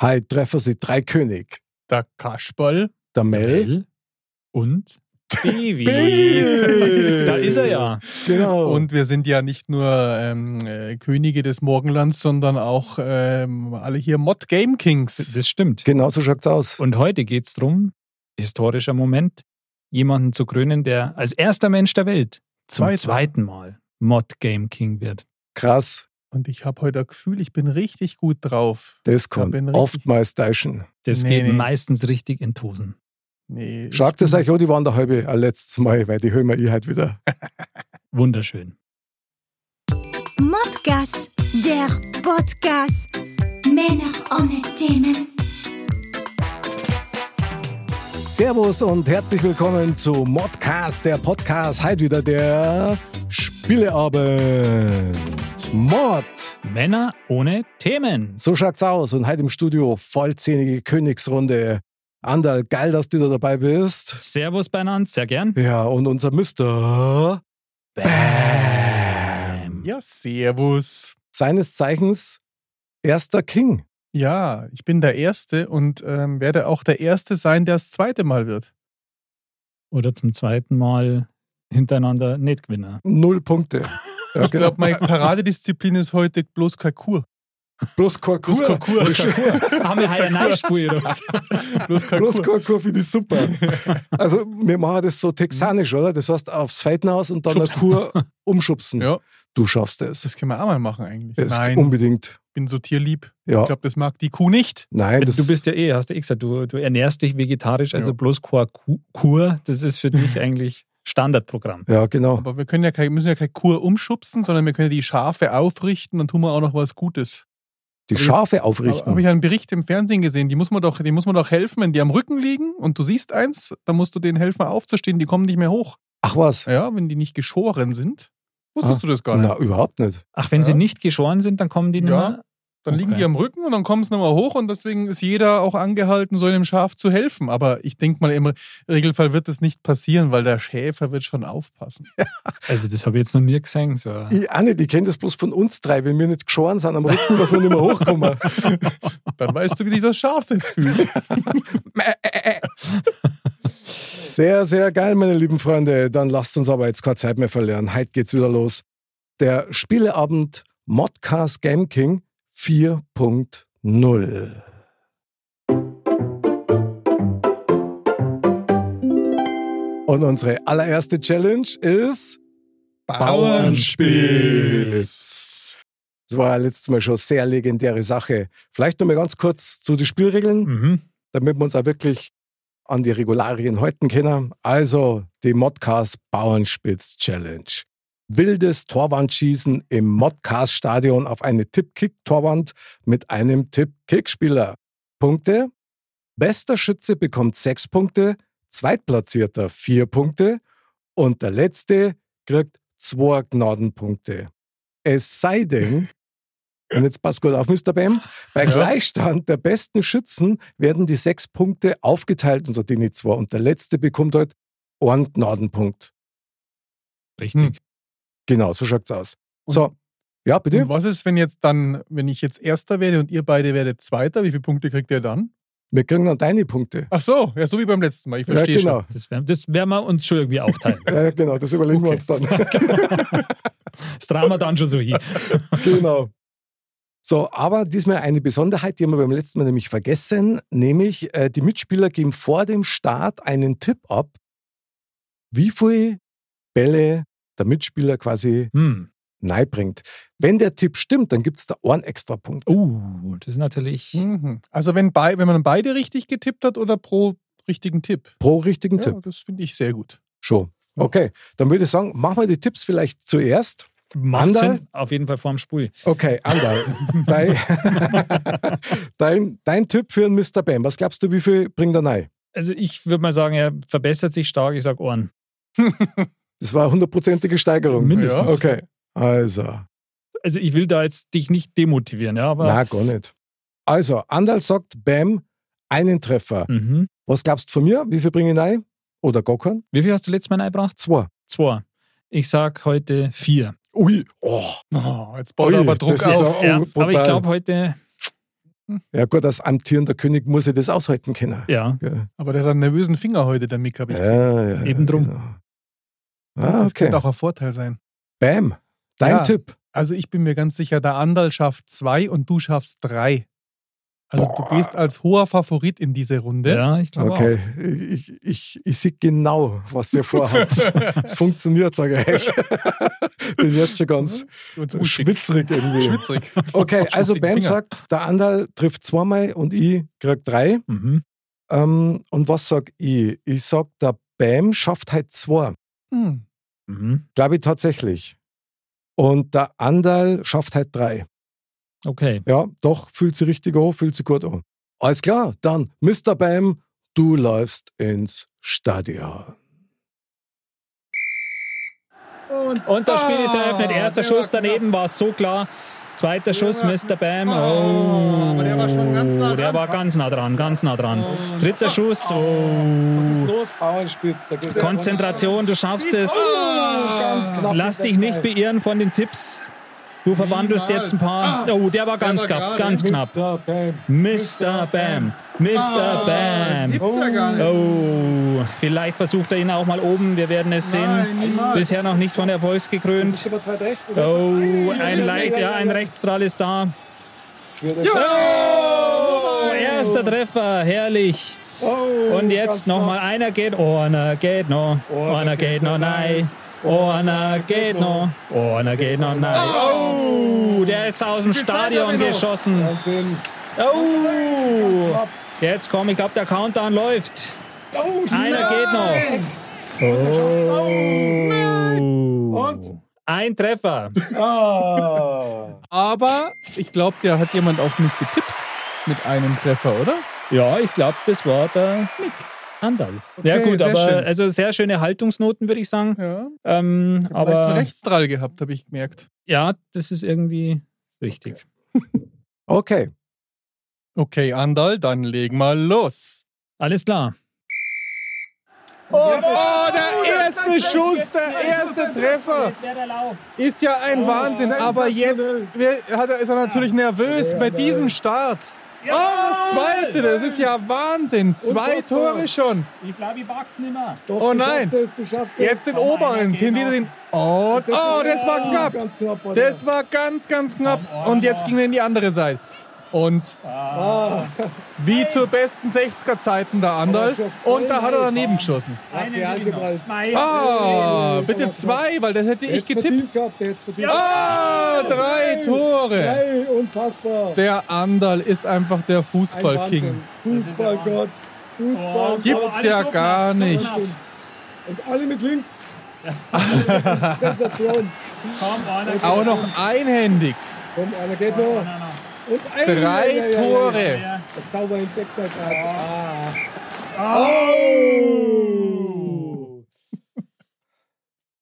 Hi, treffen Sie drei König. Der Kasperl Der Mel. und. Baby. Baby. Da ist er ja. Genau. Und wir sind ja nicht nur ähm, äh, Könige des Morgenlands, sondern auch ähm, alle hier Mod Game Kings. Das stimmt. genau so schaut's aus. Und heute geht es darum, historischer Moment, jemanden zu krönen, der als erster Mensch der Welt zum Zweiter. zweiten Mal Mod Game King wird. Krass. Und ich habe heute das Gefühl, ich bin richtig gut drauf. Das Da bin kann ich oftmals täuschen. Das Nee, geht nee. meistens richtig in Tosen. Nee, ich Schaut es bin- euch an, die waren der halbe ein letztes Mal, weil die hören wir ich halt wieder. Wunderschön. Modcast, der Podcast. e Männer ohne Themen. Servus und herzlich willkommen zu Modcast, der Podcast. Heute wieder der Spieleabend. Mod. Männer ohne Themen. So schaut's aus. Und heute im Studio vollzähnige Königsrunde. Andal, geil, dass du da dabei bist. Servus beieinander, sehr gern. Ja, und unser Mister. Bam. Ja, servus. Seines Zeichens erster King. Ja, ich bin der Erste und ähm, werde auch der Erste sein, der das zweite Mal wird. Oder zum zweiten Mal hintereinander nicht gewinnen. Null Punkte. Ja, genau. Ich glaube, meine Paradedisziplin ist heute bloß Kalkur. Plus Korkur. Bloß Kalkur. Bloß Haben wir heute eine Neuspur oder was? Bloß Plus Kalkur. Korkur finde ich super. Also, wir machen das so texanisch, oder? Das heißt, aufs Feiten aus und dann eine Schubsen. Kur umschubsen. Ja, Du schaffst es. das können wir auch mal machen eigentlich. es Nein, Unbedingt. ich bin so tierlieb. Ja. Ich glaube, das mag die Kuh nicht. Nein, das Du bist ja eh, hast du eh gesagt, du, du ernährst dich vegetarisch, also Ja. bloß Kur, Kur, das ist für dich eigentlich Standardprogramm. Ja, genau. Aber wir können ja kein, müssen ja keine Kur umschubsen, sondern wir können ja die Schafe aufrichten, dann tun wir auch noch was Gutes. Die jetzt- Schafe Habe aufrichten. hab ich einen Bericht im Fernsehen gesehen, die muss man doch, die muss man doch helfen, wenn die am Rücken liegen und du siehst eins, dann musst du denen helfen aufzustehen, die kommen nicht mehr hoch. Ach was? Ja, wenn die nicht geschoren sind. Wusstest Ah, du das gar nicht? Na, überhaupt nicht. Ach, wenn sie Ja. nicht geschoren sind, dann kommen die nicht Ja. mehr? Dann liegen Okay. die am Rücken und dann kommen sie nochmal hoch und deswegen ist jeder auch angehalten, so einem Schaf zu helfen. Aber ich denke mal, im Regelfall wird das nicht passieren, weil der Schäfer wird schon aufpassen. Also das habe ich jetzt noch nie gesehen. So. Ich auch nicht. Ich kenne das bloß von uns drei, wenn wir nicht geschoren sind am Rücken, dass wir nicht mehr hochkommen. Dann weißt du, wie sich das Schaf jetzt fühlt. Sehr, sehr geil, meine lieben Freunde. Dann lasst uns aber jetzt keine Zeit mehr verlieren. Heute geht's wieder los. Der Spieleabend Modcast Game King 4.0. Und unsere allererste Challenge ist Bauernspitz. Das war ja letztes Mal schon sehr legendäre Sache. Vielleicht nochmal ganz kurz zu den Spielregeln Mhm. damit wir uns auch wirklich an die Regularien halten können. Also die Modcast Bauernspitz Challenge. Wildes Torwandschießen im Modcast Stadion auf eine Tipp-Kick-Torwand mit einem Tipp-Kick-Spieler. Punkte. Bester Schütze bekommt sechs Punkte, Zweitplatzierter vier Punkte und der Letzte kriegt zwei Gnadenpunkte. Es sei denn, und jetzt passt gut auf, Mr. Bam, bei Ja. Gleichstand der besten Schützen werden die sechs Punkte aufgeteilt unter die nicht zwei und der Letzte bekommt halt einen Gnadenpunkt. Hm. Richtig. Genau, so schaut's aus. Und- Mhm. so, ja, bitte. Und was ist, wenn jetzt dann, wenn ich jetzt Erster werde und ihr beide werdet Zweiter, wie viele Punkte kriegt ihr dann? Wir kriegen dann deine Punkte. Ach so, ja, so wie beim letzten Mal. Ich verstehe ja, genau. Das werden das werden wir uns schon irgendwie aufteilen. Ja, genau, das überlegen wir uns dann. Das tragen wir dann schon so hin. genau. So, aber diesmal eine Besonderheit, die haben wir beim letzten Mal nämlich vergessen, nämlich äh, die Mitspieler geben vor dem Start einen Tipp ab, wie viele Bälle der Mitspieler quasi Hm. neibringt. Wenn der Tipp stimmt, dann gibt es da einen extra Punkt. Uh, das ist natürlich... genau. schon. Mhm. Also wenn, bei, wenn man beide richtig getippt hat oder pro richtigen Tipp? Pro richtigen Ja, Tipp. das finde ich sehr gut. Schon. Okay, dann würde ich sagen, machen wir die Tipps vielleicht zuerst. Macht Anderl? Sinn, auf jeden Fall vorm Spul. Okay, Andal, dein, dein, dein Tipp für einen Mr. Bam. Was glaubst du, wie viel bringt er rein? Also ich würde mal sagen, er verbessert sich stark. Ich sage Ohren. Das war eine hundertprozentige Steigerung. Mindestens. Ja, Okay, also, Also ich will da jetzt dich nicht demotivieren, ja, aber... na gar nicht. Also, Andal sagt Bam, einen Treffer. Mhm. Was glaubst du von mir? Wie viel bringe ich rein? Oder gar keinen? Wie viel hast du letztes Mal eingebracht? Zwei. Zwei. Ich sage heute vier. Ui, oh, Oh, jetzt baut er Ui, aber Druck das ist auf. Oh, ja, brutal. aber ich glaube heute Ja gut, als amtierender König muss ich das aushalten können. Ja, Ja, Aber der hat einen nervösen Finger heute, der Mick, habe ich gesehen. ja, ja, Eben drum. Genau. Ah, Das okay. könnte auch ein Vorteil sein. Bam. Dein Ja. Tipp. Also ich bin mir ganz sicher, der Andal schafft zwei und du schaffst drei. Also du gehst als hoher Favorit in diese Runde. ja ich glaube Okay, ich, ich, ich sehe genau, was ihr vorhabt. es funktioniert, sage ich. Bin jetzt schon ganz Und so schwitzig. schwitzerig irgendwie. Schwitzig. Okay, also Schwitzigen Bam Finger. sagt, der Andal trifft zweimal und ich krieg drei. auch. Mhm. Ähm, und was sag ich? Ich sag, der Bam schafft halt zwei. Hm. Mhm. Glaube ich tatsächlich. Und der Andal schafft halt drei. Okay. Ja, doch, fühlt sie richtig an, fühlt sie gut an. Alles klar, dann, Mr. Bam, du läufst ins Stadion. Und das Spiel ist eröffnet. Ah, Erster der Schuss war knapp. daneben war so klar. Zweiter Schuss, war Mr. Bam. Oh, Oh, aber der war schon ganz nah Der dran. war ganz nah dran, ganz nah dran. Oh. Dritter Schuss. Oh. los, Bauernspitz? Da geht Konzentration, du schaffst es. ganz Ah. knapp. Ah. Lass dich nicht beirren von den Tipps. Du verwandelst Niemals. jetzt ein paar. Oh, der war ganz war knapp, gerade. ganz knapp. Mr. Bam, Mr. Bam. Gibt's ja gar nicht. Oh, vielleicht versucht er ihn auch mal oben. Wir werden es Nein, sehen. niemals. halt Bisher noch nicht von Erfolgs gekrönt. Oh, ein Leit, ja, ein Rechtsstrahl ist da. Oh, erster Treffer, herrlich. Oh, Und jetzt nochmal, einer geht, oh, einer geht noch, oh, einer geht noch, nein. Oh, einer geht noch, oh, einer geht noch, nein. Oh, der ist aus dem Stadion hab ich noch? geschossen. Oh, jetzt komm, ich glaube, der Countdown läuft. Oh, Einer geht noch. Oh. Und? Ein Treffer. Aber ich glaube, der hat jemand auf mich getippt mit einem Treffer, oder? Ja, ich glaube, das war der Mick. Andal. ja gut, sehr aber schön. also sehr schöne Haltungsnoten, würde ich sagen. Ja. Ähm, Aber einen aber Rechtsdrall gehabt, habe ich gemerkt. ja, das ist irgendwie richtig. Okay, Okay, Andal, dann leg mal los. Alles klar. Oh, der erste Schuss, der erste Treffer. Oh, wäre der Lauf. Ist ja ein Wahnsinn, aber jetzt wir- hat er, ist er natürlich nervös bei diesem Start. Oh, das zweite, das ist ja Wahnsinn. Zwei Unfassbar. Tore schon. Ich glaube, ich wachs nimmer. Oh nein. Jetzt den oberen, den, den, den. Oh, oh, das war knapp. knapp. Das war ganz, ganz knapp. Und jetzt ging er in die andere Seite. Und Ah. wie zu besten 60er-Zeiten der Anderl. Und da hat er daneben geschossen. Ah, bitte zwei, weil das hätte ich getippt. Ah, drei Tore. unfassbar. Der Anderl ist einfach der Fußballking. Fußballgott. Fußball. Oh, Gibt's ja gar nicht. Und alle mit links. Sensation. Auch noch einhändig. Und einer geht noch. Und ein- Drei ja, ja, ja, ja. Tore. Das saubere Insekt da gerade. Ah.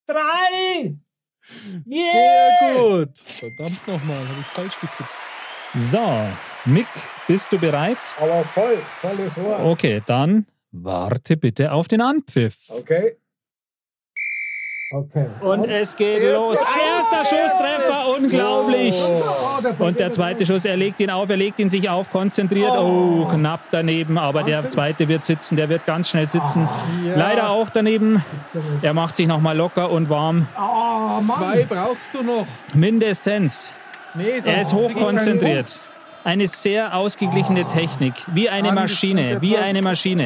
Drei! Sehr gut. Verdammt nochmal, habe ich falsch getippt. So, Mick, bist du bereit? Aber voll, volles Oh. Rohr. Okay, dann warte bitte auf den Anpfiff. Okay. Okay. Und es geht los. Erster Schusstreffer, unglaublich. Oh, Und der zweite Schuss, er legt ihn auf, er legt ihn sich auf, konzentriert. Oh, knapp daneben, aber der zweite wird sitzen, der wird ganz schnell sitzen. Ja. Leider auch daneben. Er macht sich nochmal locker und warm. Zwei brauchst du noch. Mindestens. Nee, Er ist hochkonzentriert. Eine sehr ausgeglichene Technik. Wie eine Maschine, wie eine Maschine.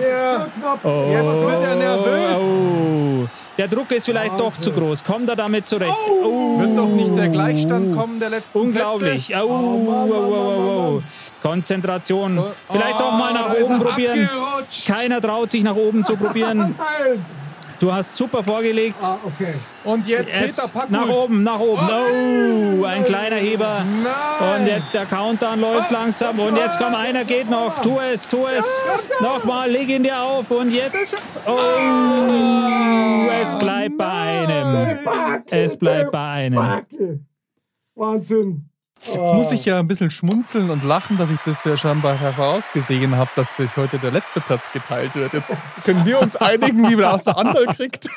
Ja. Oh, Jetzt wird er nervös. Oh. Der Druck ist vielleicht doch zu groß. Kommt er damit zurecht? Oh. Wird doch nicht der Gleichstand kommen der letzten Unglaublich. Au, au, au, au, au. Konzentration. Vielleicht doch mal Ah, nach oben probieren. Keiner traut sich nach oben zu probieren. Du hast super vorgelegt. Und jetzt, Peter Jetzt Packult. nach oben, nach oben. Oh, ein kleiner Heber. Nein. Und jetzt der Countdown läuft langsam. Und jetzt komm, einer geht noch. Tu es, tu es. Nochmal, leg ihn dir auf. Und jetzt. Oh, es bleibt bei einem. Es bleibt bei einem. Wahnsinn. Jetzt muss ich ja ein bisschen schmunzeln und lachen, dass ich das ja scheinbar herausgesehen habe, dass vielleicht heute der letzte Platz geteilt wird. Jetzt können wir uns einigen, wie wir aus der Anteil kriegt.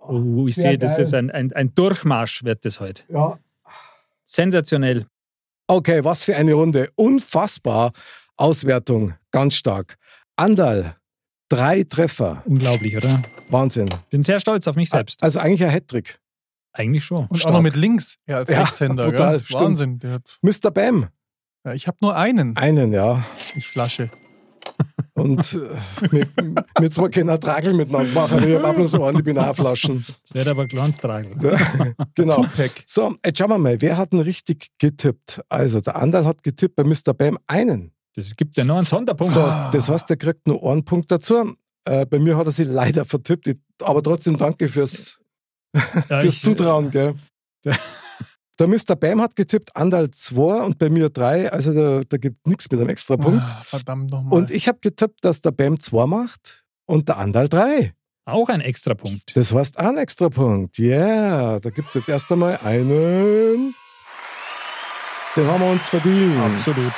Oh, ich Sehr sehe, das geil. ist ein, ein, ein Durchmarsch, wird das heute. Ja. Sensationell. Okay, was für eine Runde. Unfassbar. Auswertung, ganz stark. Andal, drei Treffer. Unglaublich, oder? Wahnsinn. Bin sehr stolz auf mich selbst. Also eigentlich ein Hattrick. Eigentlich schon. Und Stark. auch noch mit links. Ja, als Ja, Rechtshänder. Ja, brutal, stimmt. Wahnsinn. Der hat, Mr. Bam, ja, ich habe nur einen. einen, ja. Ich Flasche. Und äh, mir, mir zwar keiner Tragel miteinander machen, ich habe bloß so an die Binarflaschen. Das wird aber Glanztragel. Genau. Tupac. So, jetzt schauen wir mal, wer hat denn richtig getippt? Also, der Andal hat getippt bei Mr. Bam einen. Das gibt ja noch einen Sonderpunkt. So, Ah. das heißt, der kriegt nur einen Punkt dazu. Äh, bei mir hat er sich leider vertippt, ich, aber trotzdem danke fürs, Ja, fürs ich- Zutrauen, gell? Ja. Der Mr. Bam hat getippt, Andal 2 und bei mir 3, also da, da gibt nichts mit einem extra Punkt. Ah, verdammt nochmal. Und ich habe getippt, dass der Bam 2 macht und der Andal 3. Auch ein Extrapunkt. Das heißt, ein extra Punkt. Yeah, da gibt es jetzt erst einmal einen. Den haben wir uns verdient. Absolut.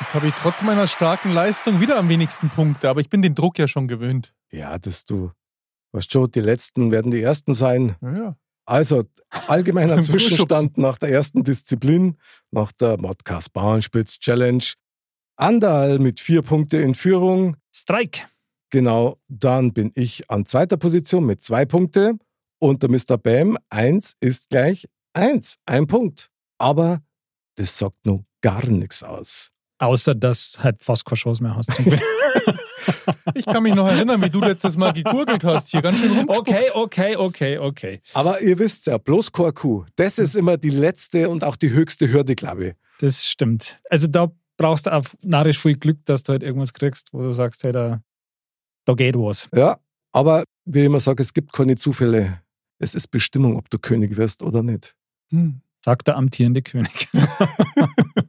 Jetzt habe ich trotz meiner starken Leistung wieder am wenigsten Punkte, aber ich bin den Druck ja schon gewöhnt. Ja, dass du. Weißt schon, die Letzten werden die Ersten sein. Ja, ja. Also, allgemeiner Durchschubsen. Zwischenstand nach der ersten Disziplin, nach der Modcast Bauernspitz Challenge. Andal mit vier Punkte in Führung. Strike. Genau, dann bin ich an zweiter Position mit zwei Punkte und der Mr. Bam, eins ist gleich eins, ein Punkt. Aber das sagt nur gar nichts aus. Außer, dass du halt fast keine Chance mehr hast. Zum Gewinnen. Ich kann mich noch erinnern, wie du letztes Mal gegurgelt hast. Hier ganz schön rumgespuckt. okay, okay, okay, okay. Aber ihr wisst ja, bloß Korku, das ist immer die letzte und auch die höchste Hürde, glaube ich. Das stimmt. Also da brauchst du auch narrisch viel Glück, dass du halt irgendwas kriegst, wo du sagst, hey, da, da geht was. Ja, aber wie ich immer sage, es gibt keine Zufälle. Es ist Bestimmung, ob du König wirst oder nicht. Hm. Sagt der amtierende König.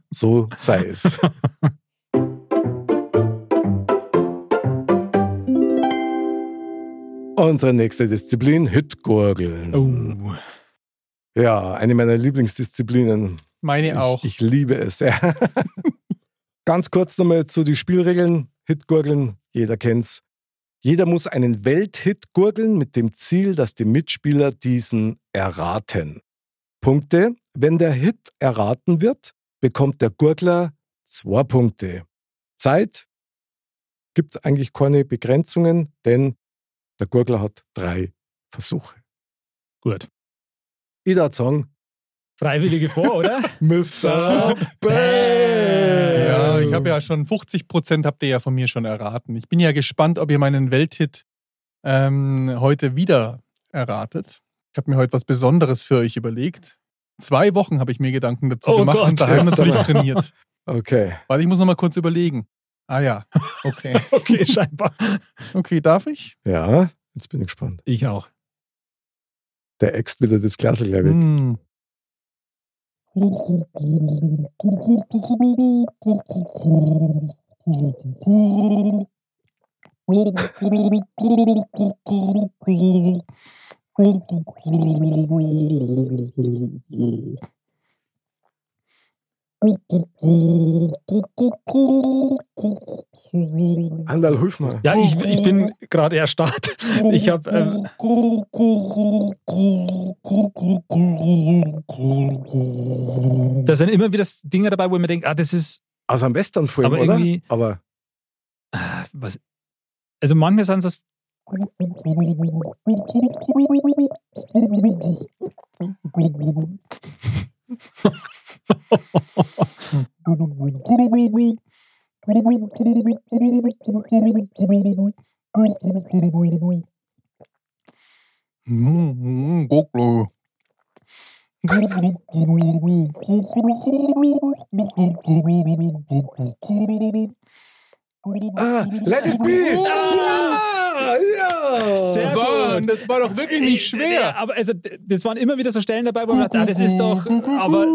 So sei es. Unsere nächste Disziplin, Hütgurgeln. Oh. Ja, eine meiner Lieblingsdisziplinen. Meine auch. Ich, ich liebe es. Ja. Ganz kurz nochmal zu den Spielregeln. Hitgurgeln, jeder kennt's. Jeder muss einen Welthit gurgeln mit dem Ziel, dass die Mitspieler diesen erraten. Punkte. Wenn der Hit erraten wird, bekommt der Gurgler zwei Punkte. Zeit gibt es eigentlich keine Begrenzungen, denn der Gurgler hat drei Versuche. Gut. Ich darf sagen, Freiwillige vor, oder? Mr. Bam! ja, ich habe ja schon 50 Prozent habt ihr ja von mir schon erraten. Ich bin ja gespannt, ob ihr meinen Welthit ähm, heute wieder erratet. Ich habe mir heute was Besonderes für euch überlegt. Zwei Wochen habe ich mir Gedanken dazu Oh gemacht Gott. und daheim Ja, natürlich sag trainiert. Okay. Warte, ich muss noch mal kurz überlegen. Ah ja, okay. Okay, scheinbar. Okay, darf ich? Ja, jetzt bin ich gespannt. Ich auch. Der äxt wieder das Glas gleich Mm. weg. Hm. Andal, hilf mal. Ja, ich, ich bin gerade erstarrt. Ich habe äh, da sind immer wieder Dinge dabei, wo ich mir denke, ah, das ist Aus einem Westernfilm, Aber oder? irgendwie- Aber ah, was. Also manchmal sind es Ah, hm, Goglo. ah, let it be! Ja! ja. Sehr Oh Mann, das war doch wirklich nicht Oh Ja, schwer. aber also d- das waren immer wieder so Stellen dabei, wo man dachte, ah, das ist doch aber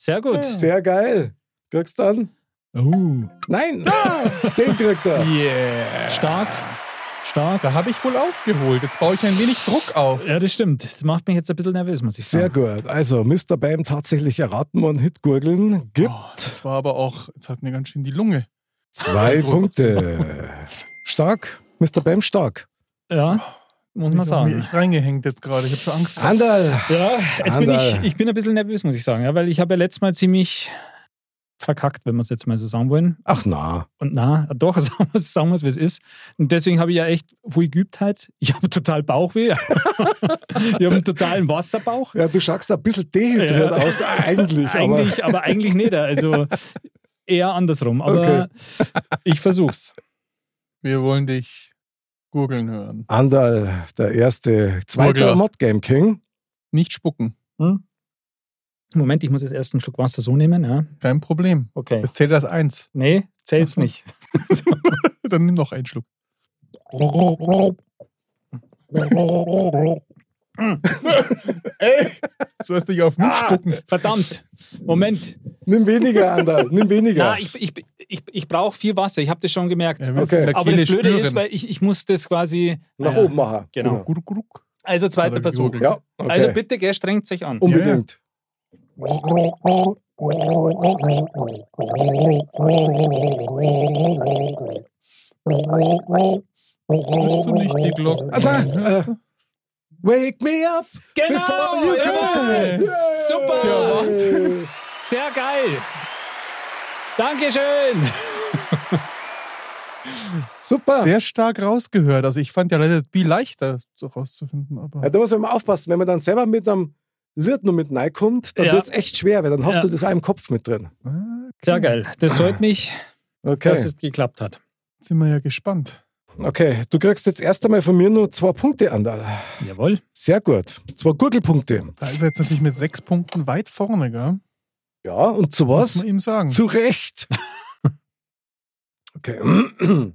sehr gut. Sehr geil. Kriegst du dann? Oh, Nein! Den kriegt er. Yeah. stark, stark. Da habe ich wohl aufgeholt. Jetzt baue ich ein wenig Druck auf. Ja, das stimmt. Das macht mich jetzt ein bisschen nervös, muss ich Sehr sagen. gut. Also, Mr. Bam tatsächlich erraten worden, Hitgurgeln gibt Oh, das war aber auch, jetzt hat mir ganz schön die Lunge. zwei Eindruck. Punkte. Stark. Mr. Bam stark. Ja, Ich muss man habe mich sagen. echt reingehängt jetzt gerade. Ich habe schon Angst. gehabt. Anderl, Ja, jetzt bin ich, Anderl. ich bin ein bisschen nervös, muss ich sagen, ja, weil ich habe ja letztes Mal ziemlich verkackt, wenn wir es jetzt mal so sagen wollen. ach na, Und na, doch, sagen wir es, sagen wir's, wie es ist. Und deswegen habe ich ja echt viel geübt halt. Ich habe total Bauchweh. ich habe einen totalen Wasserbauch. ja, du schaust ein bisschen dehydriert Ja. aus, eigentlich, aber Eigentlich, aber eigentlich nicht. Also eher andersrum. Aber ich versuch's. Wir wollen dich gurgeln hören. Anderl, der erste, zweiter Gurgler. Modgame King. Nicht spucken. Moment, ich muss jetzt erst einen Schluck Wasser so nehmen. Ja? Kein Problem. Okay. Das zählt als eins. Nee, zählt's nicht. Dann nimm noch einen Schluck. Ey, du hast dich auf mich Ah. Ah! spucken. Verdammt. Moment. Nimm weniger, Anderl, nimm weniger. Na, ich, ich, ich, ich brauche viel Wasser. Ich habe das schon gemerkt. Er will's Okay. in der Aber das Kehle Blöde spüren. ist, weil ich, ich muss das quasi. Nach Ja. oben machen. Genau. Guck, guck, guck. Also zweiter Oder Versuch. gurgeln. Ja, okay. Um Also bitte, gell, strengt euch an. Unbedingt. Hörst du nicht die Glocke? Aber, äh, Wake me up before Genau! you Ja. go. Super! Sehr Wahnsinn. Sehr geil! Dankeschön! Super. Sehr stark rausgehört. Also ich fand ja Let It Be leichter so rauszufinden. Ja, Aber da muss man immer aufpassen, wenn man dann selber mit einem Lied nur mit reinkommt, dann Ja. wird's echt schwer, weil dann hast Ja. du das auch im Kopf mit drin. Äh, Sehr geil. Das freut mich, Okay. dass es geklappt hat. jetzt sind wir ja gespannt. okay, du kriegst jetzt erst einmal von mir nur zwei Punkte an. Jawohl. Sehr gut. Zwei Gurgelpunkte. Da ist er jetzt natürlich mit sechs Punkten weit vorne, gell? Ja, und zu Muss was? man ihm Mhm. sagen. Zu Recht. Okay. Mhm.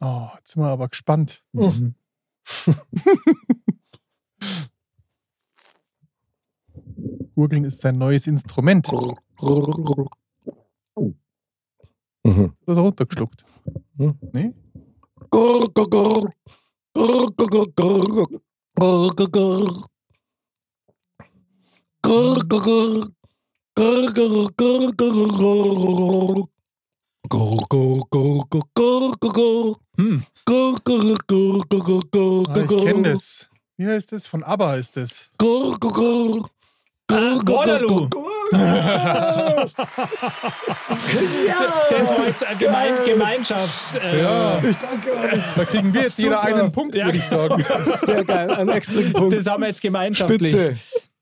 Oh, jetzt sind wir aber gespannt. Oh. Mhm. Gurgeln ist sein neues Instrument. Mhm. Oder runtergeschluckt. Hm. Nee? Hm. Ah, ich kenne das. Wie heißt das? Von ABBA ist das. Waterloo. Das war jetzt ein Gemein Gemeinschafts. Äh, Ja. Ich danke euch. Da kriegen wir jetzt jeder Super. einen Punkt, Ja. würde ich sagen. Sehr geil, ein extra Punkt. Das haben wir jetzt gemeinschaftlich. Spitze.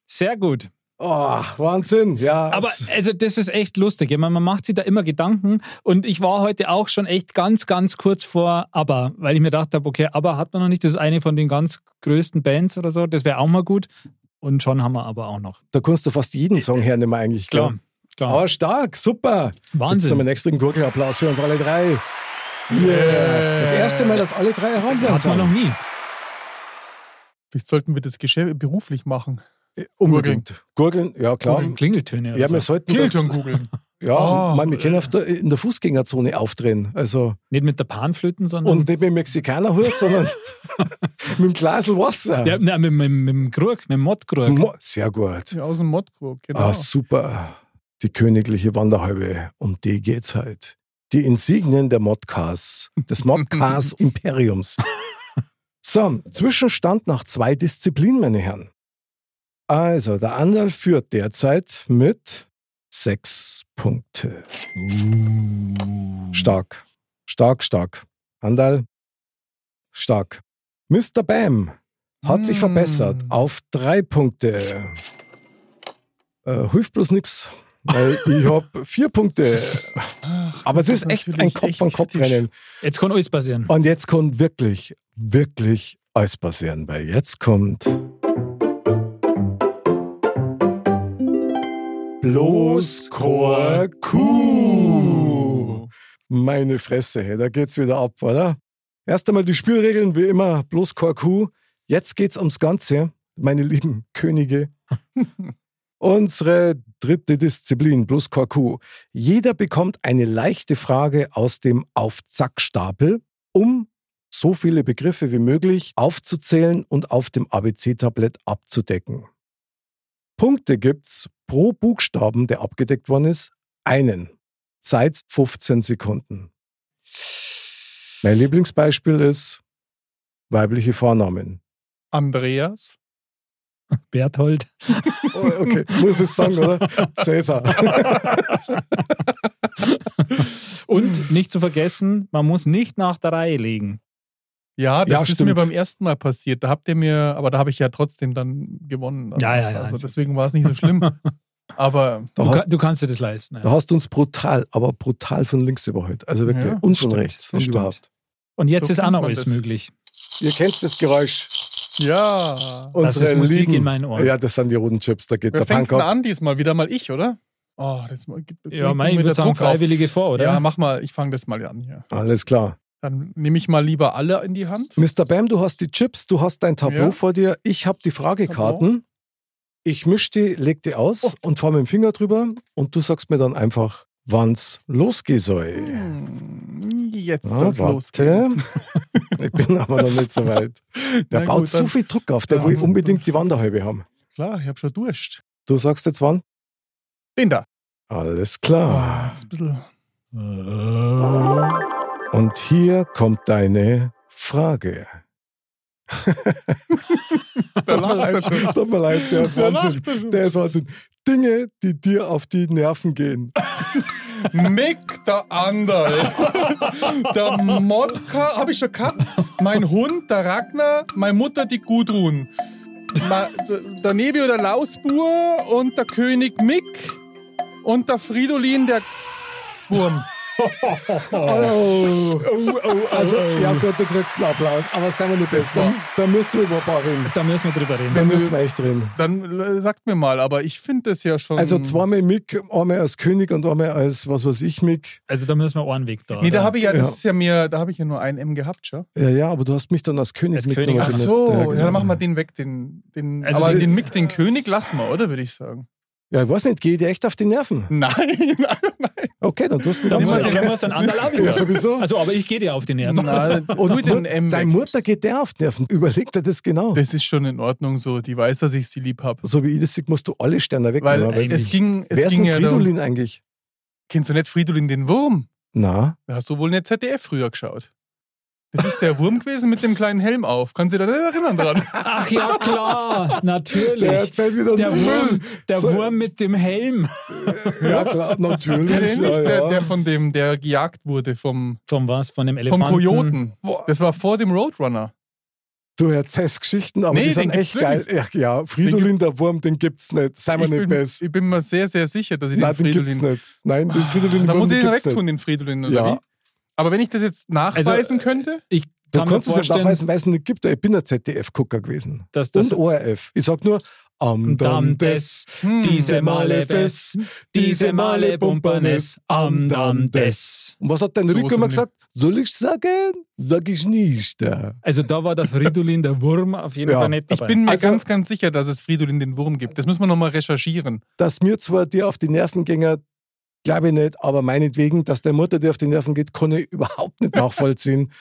Sehr gut. Oh, Wahnsinn, ja. Aber also das ist echt lustig. Ich meine, man macht sich da immer Gedanken. Und ich war heute auch schon echt ganz, ganz kurz vor ABBA, weil ich mir gedacht habe, okay, ABBA hat man noch nicht. Das ist eine von den ganz größten Bands oder so. Das wäre auch mal gut. Und schon haben wir aber auch noch. da kannst du fast jeden Song hernehmen eigentlich, Klar, Ah. gell? klar. Aber stark, super. Jetzt haben wir Wahnsinn. einen extra Gurgelapplaus für uns alle drei. Yeah. Das erste Mal, dass alle drei herangehen. Hat man noch nie. Vielleicht sollten wir das Geschäft beruflich machen. Äh, Unbedingt. Gurgeln, ja klar. Gurgeln, Klingeltöne. Oder Ja, so. wir sollten das, Klingelton googeln. ja, Ah. Oh. man, wir können auf der, in der Fußgängerzone aufdrehen. Also, Nicht mit der Panflöten, sondern und nicht mit dem Mexikanerhut, sondern mit dem Glasel Wasser. ja, nein, mit, mit, mit dem Krug, mit dem Mottkrug. Mo- Sehr gut. Ja, Aus dem Modkrug, genau. Ah, super. Die königliche Wanderhalbe, um die geht's halt. Die Insignien der Modcars, des Modcars Imperiums. So, Zwischenstand nach zwei Disziplinen, meine Herren. Also, der Anderl führt derzeit mit sechs Punkte. Stark, stark, stark. Anderl, stark. Mr. Bam hat sich Mm. verbessert auf drei Punkte. Äh, hilft bloß nix, weil ich habe vier Punkte. Aber es das ist ist echt ein natürlich Kopf echt an Kopf rennen. Jetzt kann alles passieren. Und jetzt kommt wirklich, wirklich alles passieren, weil jetzt kommt. Bloß Chor Kuh. Meine Fresse, hey, da geht's wieder ab, oder? Erst einmal die Spielregeln, wie immer, bloß kein Kuh. Jetzt geht's ums Ganze, meine lieben Könige. Unsere dritte Disziplin, bloß kein Kuh. Jeder bekommt eine leichte Frage aus dem Aufzackstapel, um so viele Begriffe wie möglich aufzuzählen und auf dem ABC-Tablett abzudecken. Punkte gibt's pro Buchstaben, der abgedeckt worden ist, einen. Zeit 15 Sekunden. Mein Lieblingsbeispiel ist Weibliche Vornamen. Andreas. Berthold. Oh, okay, muss es sagen, oder? Cäsar. Und nicht zu vergessen, man muss nicht nach der Reihe liegen. Ja, das Ja, ist stimmt. mir beim ersten Mal passiert. Da habt ihr mir, aber da habe ich ja trotzdem dann gewonnen. Ja, ja, ja. Also deswegen war es nicht so schlimm. aber Da Du, hast, ka- du kannst dir das leisten. da Ja. hast du uns brutal, aber brutal von links überholt. Also wirklich, Ja, und von stimmt, rechts und stimmt. überhaupt. Und jetzt so ist auch kennt noch man alles das. möglich. Ihr kennt das Geräusch. ja. Das Unsere ist Musik lieben- in meinen Ohren. Ja, das sind die roten Chips, da geht Wer der fängt Punk denn ab. an diesmal? Wieder mal ich, oder? Oh, das gibt Ja, bringt mein, ich wieder würde sagen, Druck auf. Freiwillige vor, oder? Ja, mach mal, ich fange das mal an hier. Alles klar. Dann nehme ich mal lieber alle in die Hand. Mr. Bam, du hast die Chips, du hast dein Tableau Ja. vor dir. Ich habe die Fragekarten. Ich mische die, leg die Oh. aus und fahre mit dem Finger drüber und du sagst mir dann einfach, wann's losgehen soll. Hm, Jetzt Ja, soll's losgehen. warte. Ich bin aber noch nicht so weit. Der Na baut gut, so dann- viel Druck auf, der Ja, will also- unbedingt die Wanderhalbe haben. Klar, ich habe schon Durst. Du sagst jetzt wann? Den da. Alles Oh, klar. jetzt ein bisschen. Und hier kommt deine Frage. Da lacht er schon. Tut mir leid, der ist Da Wahnsinn. lacht er schon. Der ist Wahnsinn. Dinge, die dir auf die Nerven gehen. Mick der Anderl. Der Modka habe ich schon gehabt. Mein Hund, der Ragnar. Meine Mutter, die Gudrun. Ma, d- der Nebi oder Lausbur und der König Mick und der Fridolin, der Wurm. Oh. Also, oh. ja gut, du kriegst einen Applaus, aber sagen wir nicht das. Da, da müssen wir über ein paar reden. Da müssen wir drüber reden. Da müssen wir echt reden. Dann äh, sagt mir mal, aber ich finde das ja schon. Also zweimal Mick, einmal als König und einmal als was weiß ich Mick. Also da müssen wir einen Weg da. Nee, da habe ich ja, Ja. das ist ja mir, da habe ich ja nur ein M gehabt schon. Ja, ja, aber du hast mich dann als König Als Mick König. nochmal Ach Ach benutzt. so, ja, genau. dann machen wir den weg, den, den Also aber die- den, Mick, den König lassen wir, oder, würde ich sagen. Ja, ich weiß nicht, geh dir echt auf die Nerven. Nein, Okay, dann tust du ihn da ganz muss mal. man, da muss ein anderer auch Ja, wieder. sowieso. Also, aber ich gehe dir auf die Nerven. nein. Oh, Und tu den Mut- M deine weg. Mutter geht der auf die Nerven. Überleg dir das genau. Das ist schon in Ordnung so. Die weiß, dass ich sie lieb habe. so wie ich das sehe, musst du alle Sterne Weil wegnehmen. Eigentlich. es ging, Wer es ist ging denn ja darum, Fridolin eigentlich? Kennst du nicht Fridolin den Wurm? Na, Da hast du wohl nicht ZDF früher geschaut. Das ist der Wurm gewesen mit dem kleinen Helm auf. Kannst du dich da nicht erinnern dran? Ach ja, klar, natürlich. erzählt wieder Der Wurm, der So- Wurm mit dem Helm. Ja klar, Der, der, natürlich. nicht, Ja, der, der ja. von dem, der gejagt wurde vom, Vom was? Von dem vom Elefanten? Kojoten. Boah. Das war vor dem Roadrunner. Du erzählst Geschichten, aber Nee, die den sind gibt's echt geil. Ja, ja, Fridolin, der Wurm, den gibt's nicht. Sei mal Ich nicht bin, besser. ich bin mir sehr, sehr sicher, dass ich Nein, den den gibt's Fridolin. Ah, nicht. Nein, den Fridolin Da Wurm muss ich den ihn gibt's wegtun, nicht. den Fridolin, oder Ja. Also, äh, wie? Aber wenn ich das jetzt nachweisen könnte, Ich Du kann mir kannst es nicht vorstellen, nachweisen, weil es ihn nicht gibt. Ich bin ein ZDF-Gucker gewesen. dass das Und ORF. Ich sag nur, am Damm des, hm, diese Male fest, diese Male bumpern es, am Damm des. Und was hat dein So Rico was immer im gesagt? Soll ich sagen? Sag ich nicht. Ja. Also da war der Fridolin, der Wurm, auf jeden Ja. Fall nicht ich dabei. bin mir Also- ganz, ganz sicher, dass es Fridolin den Wurm gibt. Das müssen wir nochmal recherchieren. dass mir zwar dir auf die Nerven ginge, glaube ich nicht, aber meinetwegen, dass der Mutter dir auf die Nerven geht, kann ich überhaupt nicht nachvollziehen.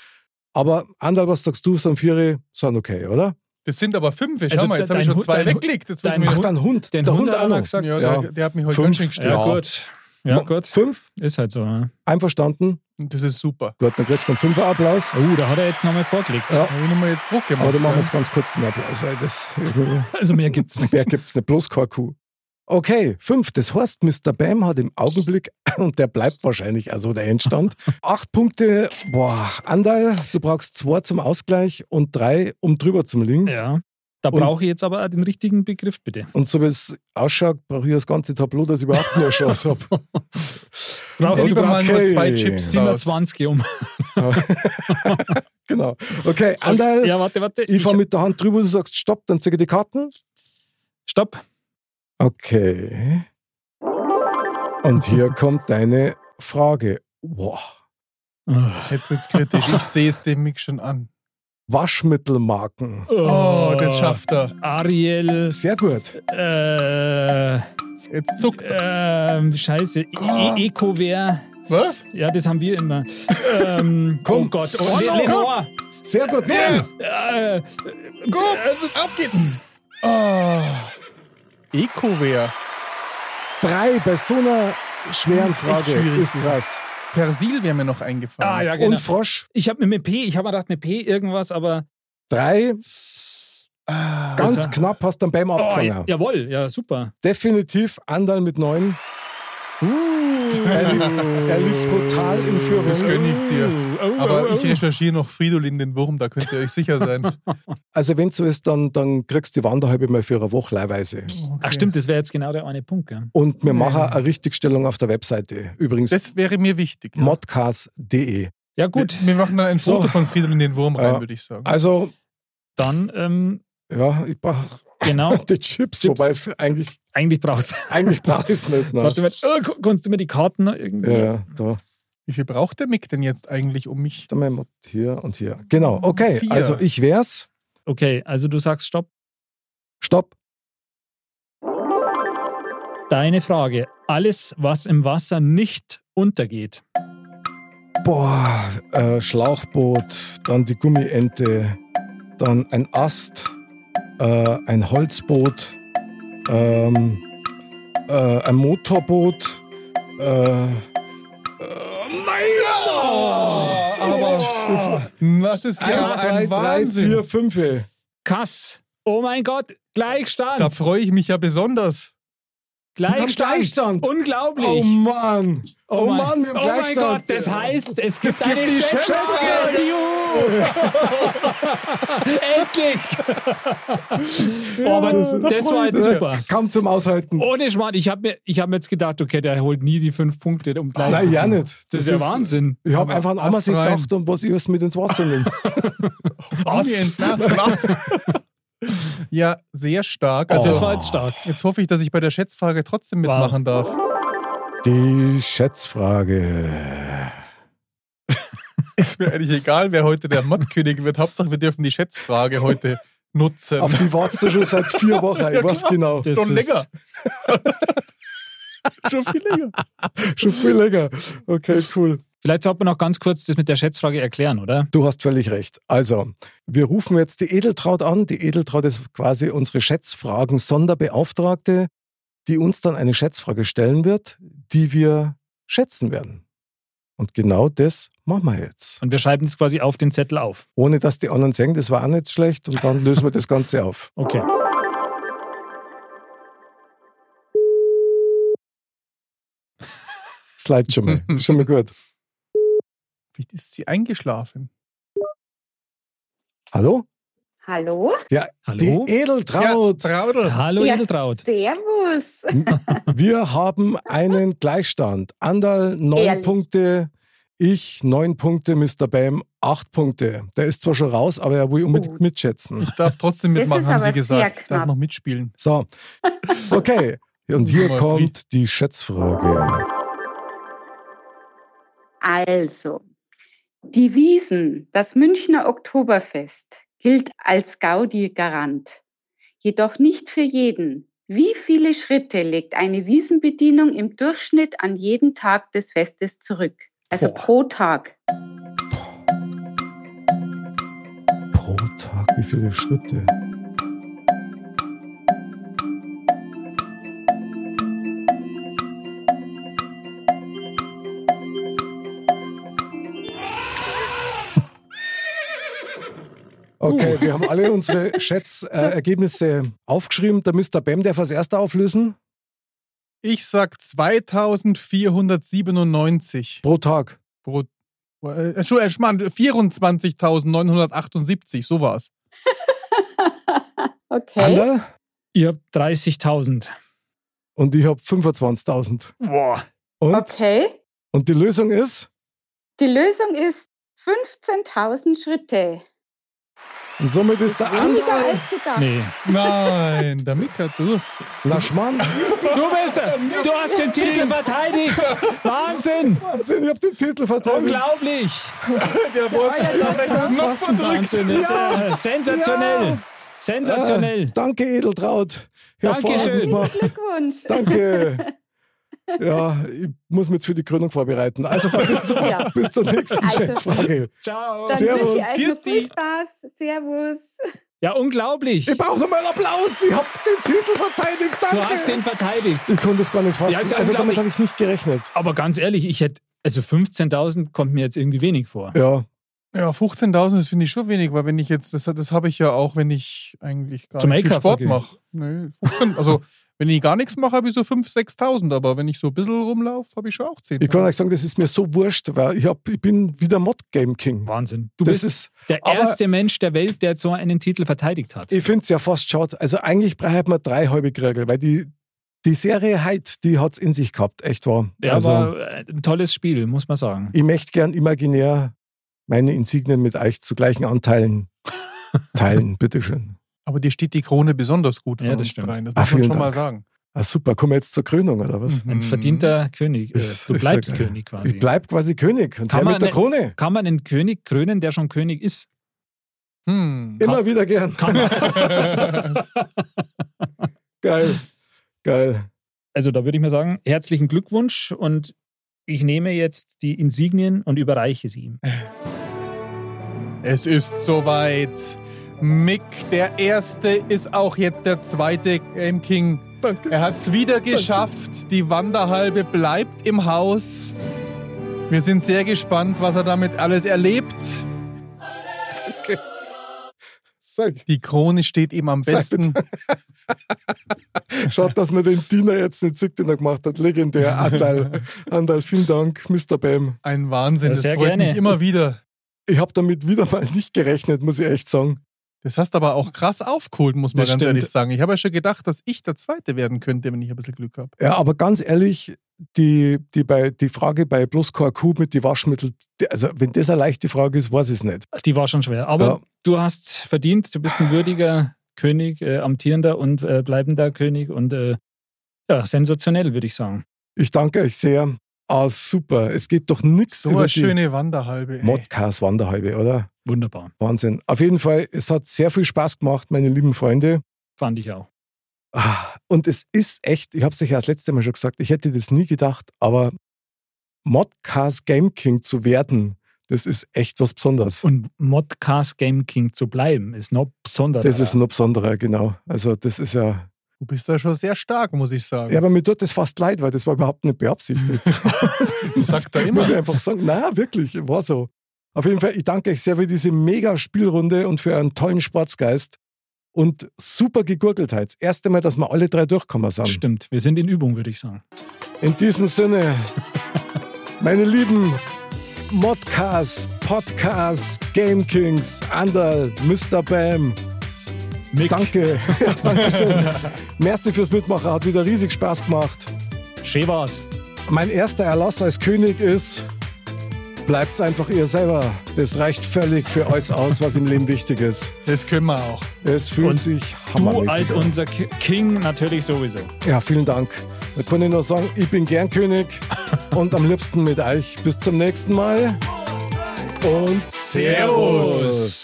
aber Andal, was sagst du, Samfiri, sind okay, oder? Das sind aber fünf. Schau Also mal, jetzt de- habe ich dein schon Hund- zwei dein- weggelegt. Jetzt dein wissen wir Ach, Hund- deinUnd. den der Hund Hund, hat auch er noch. gesagt. Ja, Ja. Der, der hat mich heute Fünf. ganz schön gestört. ja, Ja. gut. Ja, gut. Fünf, Ist halt so. Ja. einverstanden. Und Das ist super. Gut, dann kriegst du einen Fünfer-Applaus. Oh, da hat er jetzt nochmal vorgelegt. Ja. Da haben wir jetzt Druck gemacht. Aber da machen wir ja. jetzt ganz kurz einen Applaus, weil das Also mehr gibt's nicht. mehr gibt's nicht, bloß kein Kuh. Okay, fünf. Das heißt, Mr. Bam hat im Augenblick, und der bleibt wahrscheinlich also der Endstand, acht Punkte, boah, Andal, du brauchst zwei zum Ausgleich und drei, um drüber zum liegen. Ja. Da Und- brauche ich jetzt aber auch den richtigen Begriff, bitte. Und so wie es ausschaut, brauche ich das ganze Tableau, dass ich überhaupt nur eine Chance habe. Brauch, Hätte du lieber mal brauchst Okay. nur zwei Chips raus. 27 um. Genau. Okay, Anteil. Ja, warte, warte. Ich fahre mit der Hand drüber, du sagst Stopp, dann zeige ich die Karten. Stopp. Okay. Und hier kommt deine Frage. Wow. Oh, Jetzt wird's kritisch. Ich sehe es dem Mick schon an. Waschmittelmarken. Oh, das schafft er. Ariel, Sehr gut. äh, Jetzt zuckt er. ähm, Scheiße, e e Ecovert. Was? Ja, das haben wir immer. ähm, Komm. Oh Gott, Oh, oh, Le no. Lenore. Sehr gut. Nein. Äh, Gut, auf geht's. Oh. Ecoware. Drei bei so einer schweren Ist echt Frage. schwierig Ist gewesen. krass. Persil wäre mir noch eingefallen. ah, ja, genau. Und Frosch. Ich habe mir mit P, ich habe mir gedacht, mit P irgendwas, aber drei. Ah, Ganz war- knapp hast du dann beim Oh, abgefangen. ja, jawohl, ja, super. Definitiv Andal mit neun. Er liegt, er liegt brutal in Führung. Das gönn ich dir. Uh, oh, Aber oh, ich oh. recherchiere noch Fridolin den Wurm, da könnt ihr euch sicher sein. Also wenn so ist, dann, dann kriegst du die Wanderhalbe mal für eine Woche leihweise. Ach stimmt, das wäre jetzt genau der eine Punkt. Gell? Und wir machen eine Richtigstellung auf der Webseite. Übrigens Das wäre mir wichtig. ja. modcast.de. Ja gut, Wir, wir machen dann ein So. Foto von Fridolin den Wurm rein, Ja. würde ich sagen. Also, dann ähm, ja, ich brauche genau, die Chips, Chips. wobei es eigentlich, eigentlich brauchst du. eigentlich brauche ich es nicht. Ne? Warte mal, oh, gu- kannst du mir die Karten noch irgendwie? Ja, ja, da, Wie viel braucht der Mick denn jetzt eigentlich, um mich? da mein Mod hier und hier. Genau, okay. Vier. Also ich wär's. Okay, also du sagst Stopp. Stopp. Deine Frage. Alles, was im Wasser nicht untergeht. Boah, äh, Schlauchboot, dann die Gummiente, dann ein Ast, äh, ein Holzboot, ähm, äh, ein Motorboot. Äh, äh, nein! aber das ist Ah, Eins, ja zwei, ein drei, Wahnsinn. vier, fünf. Oh Kass. Oh mein Gott, Gleichstand. Da freue ich mich ja besonders. Gleichstand. Wir haben Gleichstand. Unglaublich. Oh Mann! Oh, mein- Mann, wir haben oh mein Gleichstand. Gott, das heißt, es gibt gibt eine die Schätzfrage. Schätzfrage. Juhu. Endlich. oh, aber das, war jetzt super. Kaum zum Aushalten. Ohne Schmarrn, ich habe mir, ich hab mir jetzt gedacht, okay, der holt nie die fünf Punkte, um gleich Nein, zu ja ne, ziehen. nicht. Das, ist ja Wahnsinn. Ich habe einfach an Ast Ammersee rein. gedacht und was ich alles mit ins Wasser nehme. Ast. ja, sehr stark. Oh. Also Also das war jetzt stark. jetzt hoffe ich, dass ich bei der Schätzfrage trotzdem mitmachen darf. Die Schätzfrage. Ist mir eigentlich egal, wer heute der Mottkönig wird. Hauptsache, wir dürfen die Schätzfrage heute nutzen. Auf die wartest du schon seit vier Wochen, ich weiß genau. Das Schon ist- länger. Schon viel länger. Schon viel länger. Okay, cool. Vielleicht sollte man noch ganz kurz das mit der Schätzfrage erklären, oder? Du hast völlig recht. Also, wir rufen jetzt die Edeltraut an. Die Edeltraut ist quasi unsere Schätzfragen-Sonderbeauftragte, die uns dann eine Schätzfrage stellen wird, die wir schätzen werden. Und genau das machen wir jetzt. Und wir schreiben es quasi auf den Zettel auf. Ohne dass die anderen sagen, das war auch nicht schlecht. Und dann lösen wir das Ganze auf. Okay. Slide schon mal. Ist schon mal gut. Vielleicht ist sie eingeschlafen. Hallo? Hallo, Hallo? Die E- Edeltraut. Ja, Traudel. Hallo, Ja. Edeltraut. Servus. Wir haben einen Gleichstand. Andal neun Ehrlich? Punkte, ich neun Punkte, Mr. Bam acht Punkte. Der ist zwar schon raus, aber er will unbedingt Gut. mitschätzen. Ich darf trotzdem Das mitmachen, ist haben aber sie gesagt. sehr Ich darf knapp. noch mitspielen. So, okay. Und hier Nummer kommt die Schätzfrage. Also, die Wiesen, das Münchner Oktoberfest, gilt als Gaudi-Garant. Jedoch nicht für jeden. Wie viele Schritte legt eine Wiesenbedienung im Durchschnitt an jeden Tag des Festes zurück? Also Boah. pro Tag. Pro Tag, wie viele Schritte? Uh. Okay, wir haben alle unsere Schätzergebnisse äh, Ergebnisse aufgeschrieben. Der Mr. Bam darf als erster auflösen. Ich sag 2497 Pro Tag. pro. Äh, Entschuldigung, Schmarrn, 24.978, so war's. okay. Anderl? Ihr habt 30.000. Und ich habe 25.000. Boah. Und, Okay. und die Lösung ist, Die Lösung ist 15.000 Schritte. und somit ist der Weniger Anderl. als gedacht. Nee. Nein, der Mick hat Durst. Na Schmarrn, Du bist Du hast den Titel verteidigt. Wahnsinn. Wahnsinn, ich habe den Titel verteidigt. Unglaublich. Der Boss hat den Knopf fassen. verdrückt. Wahnsinn. Ja. Äh, Sensationell. Ja. Sensationell. Äh, danke, Edeltraut. Hervorragend Dankeschön. gemacht. Glückwunsch. Danke. Ja, ich muss mich jetzt für die Krönung vorbereiten. Also dann bis zur, Ja. bis zur nächsten Also. Schätzfrage. Ciao. Dann Servus. wünsche ich euch noch viel Vierti. Spaß. Servus. Ja, unglaublich. Ich brauche nochmal einen Applaus. Ich habe den Titel verteidigt. Danke. Du hast den verteidigt. ich konnte es gar nicht fassen. Ja, ist ja also damit unglaublich. habe ich nicht gerechnet. Aber ganz ehrlich, ich hätte, also 15.000 kommt mir jetzt irgendwie wenig vor. Ja, Ja, 15.000 ist finde ich schon wenig, weil wenn ich jetzt, das, das habe ich ja auch, wenn ich eigentlich gar Zum nicht viel Einkaufen Sport gehen. mache. Nee, 15, also wenn ich gar nichts mache, habe ich so 5.000, 6.000, aber wenn ich so ein bisschen rumlaufe, habe ich schon auch 10. Ich kann euch sagen, das ist mir so wurscht, weil ich, hab, ich bin wieder Mod-Game King. Wahnsinn. Du das bist ist, der aber- erste Mensch der Welt, der so einen Titel verteidigt hat. ich finde es ja fast schade. Also eigentlich braucht man drei halbe Kriegel, weil die, die Serie Heid, die hat es in sich gehabt, echt wahr. Ja, also, aber äh, ein tolles Spiel, muss man sagen. ich möchte gern imaginär meine Insignien mit euch zu gleichen Anteilen teilen, bitteschön. Aber dir steht die Krone besonders gut von Ja, das uns stimmt. dreien. Das Ah, muss man vielen schon mal Dank. sagen. Ah, super, kommen wir jetzt zur Krönung, oder was? Ein Mhm. verdienter König. Mm. Äh, Ist- du ist ja bleibst geil. König quasi. Ich bleib quasi König und Kann her man mit der ne- Krone. Kann man einen König krönen, der schon König ist? Hm. Immer wieder gern. Kann man. Geil. Geil. Also da würde ich mal sagen, herzlichen Glückwunsch und ich nehme jetzt die Insignien und überreiche sie ihm. Es ist soweit. Mick, der Erste, ist auch jetzt der zweite Game King. Danke. Er hat es wieder geschafft. Die Wanderhalbe bleibt im Haus. Wir sind sehr gespannt, was er damit alles erlebt. Sag, Die Krone steht ihm am Sag besten. schaut, dass man den Diener jetzt nicht sieht, den er gemacht hat. Legendär. Andal. Andal, vielen Dank, Mr. Bam. Ein Wahnsinn. Ja, Das sehr freut gerne. mich immer wieder. Ich habe damit wieder mal nicht gerechnet, muss ich echt sagen. Das hast aber auch krass aufgeholt, muss man Das ganz stimmt. ehrlich sagen. Ich habe ja schon gedacht, dass ich der Zweite werden könnte, wenn ich ein bisschen Glück habe. Ja, aber ganz ehrlich, die, die, bei, die Frage bei bloß kein Kuh mit die Waschmittel, die, also wenn das eine leichte Frage ist, weiß ich es nicht. Die war schon schwer. Aber Ja. du hast verdient, du bist ein würdiger König, äh, amtierender und äh, bleibender König und äh, ja, sensationell, würde ich sagen. Ich danke euch sehr. Ah, super. Es geht doch nichts So über eine die schöne Wanderhalbe. ey. Modcast-Wanderhalbe, oder? Wunderbar, Wahnsinn. Auf jeden Fall, es hat sehr viel Spaß gemacht, meine lieben Freunde. fand ich auch. Ah, Und es ist echt, ich habe es ja das letzte Mal schon gesagt, ich hätte das nie gedacht, aber Modcast Game King zu werden, das ist echt was Besonderes. Und Modcast Game King zu bleiben, ist noch besonders. Das ist noch besonderer, genau. Also das ist ja. Du bist da schon sehr stark, muss ich sagen. Ja, aber mir tut das fast leid, weil das war überhaupt nicht beabsichtigt. Das sagt er immer. Muss ich einfach sagen. Na, wirklich, war so. Auf jeden Fall, ich danke euch sehr für diese mega Spielrunde und für euren tollen Sportsgeist und super gegurgeltheit. Das erste Mal, dass wir alle drei durchkommen sind. Stimmt, wir sind in Übung, würde ich sagen. In diesem Sinne, meine lieben Modcasts, Podcasts, Game Kings, Andal, Mr. Bam, Mick, danke. Ja, danke schön. Merci fürs Mitmachen, hat wieder riesig Spaß gemacht. schön war's. Mein erster Erlass als König ist, bleibt's einfach ihr selber. Das reicht völlig für euch aus, was im Leben wichtig ist. Das können wir auch. Es fühlt Und sich Du hammermäßig als an. unser Ki- King natürlich sowieso. Ja, vielen Dank. Da kann ich nur sagen, ich bin gern König und am liebsten mit euch. Bis zum nächsten Mal und Servus.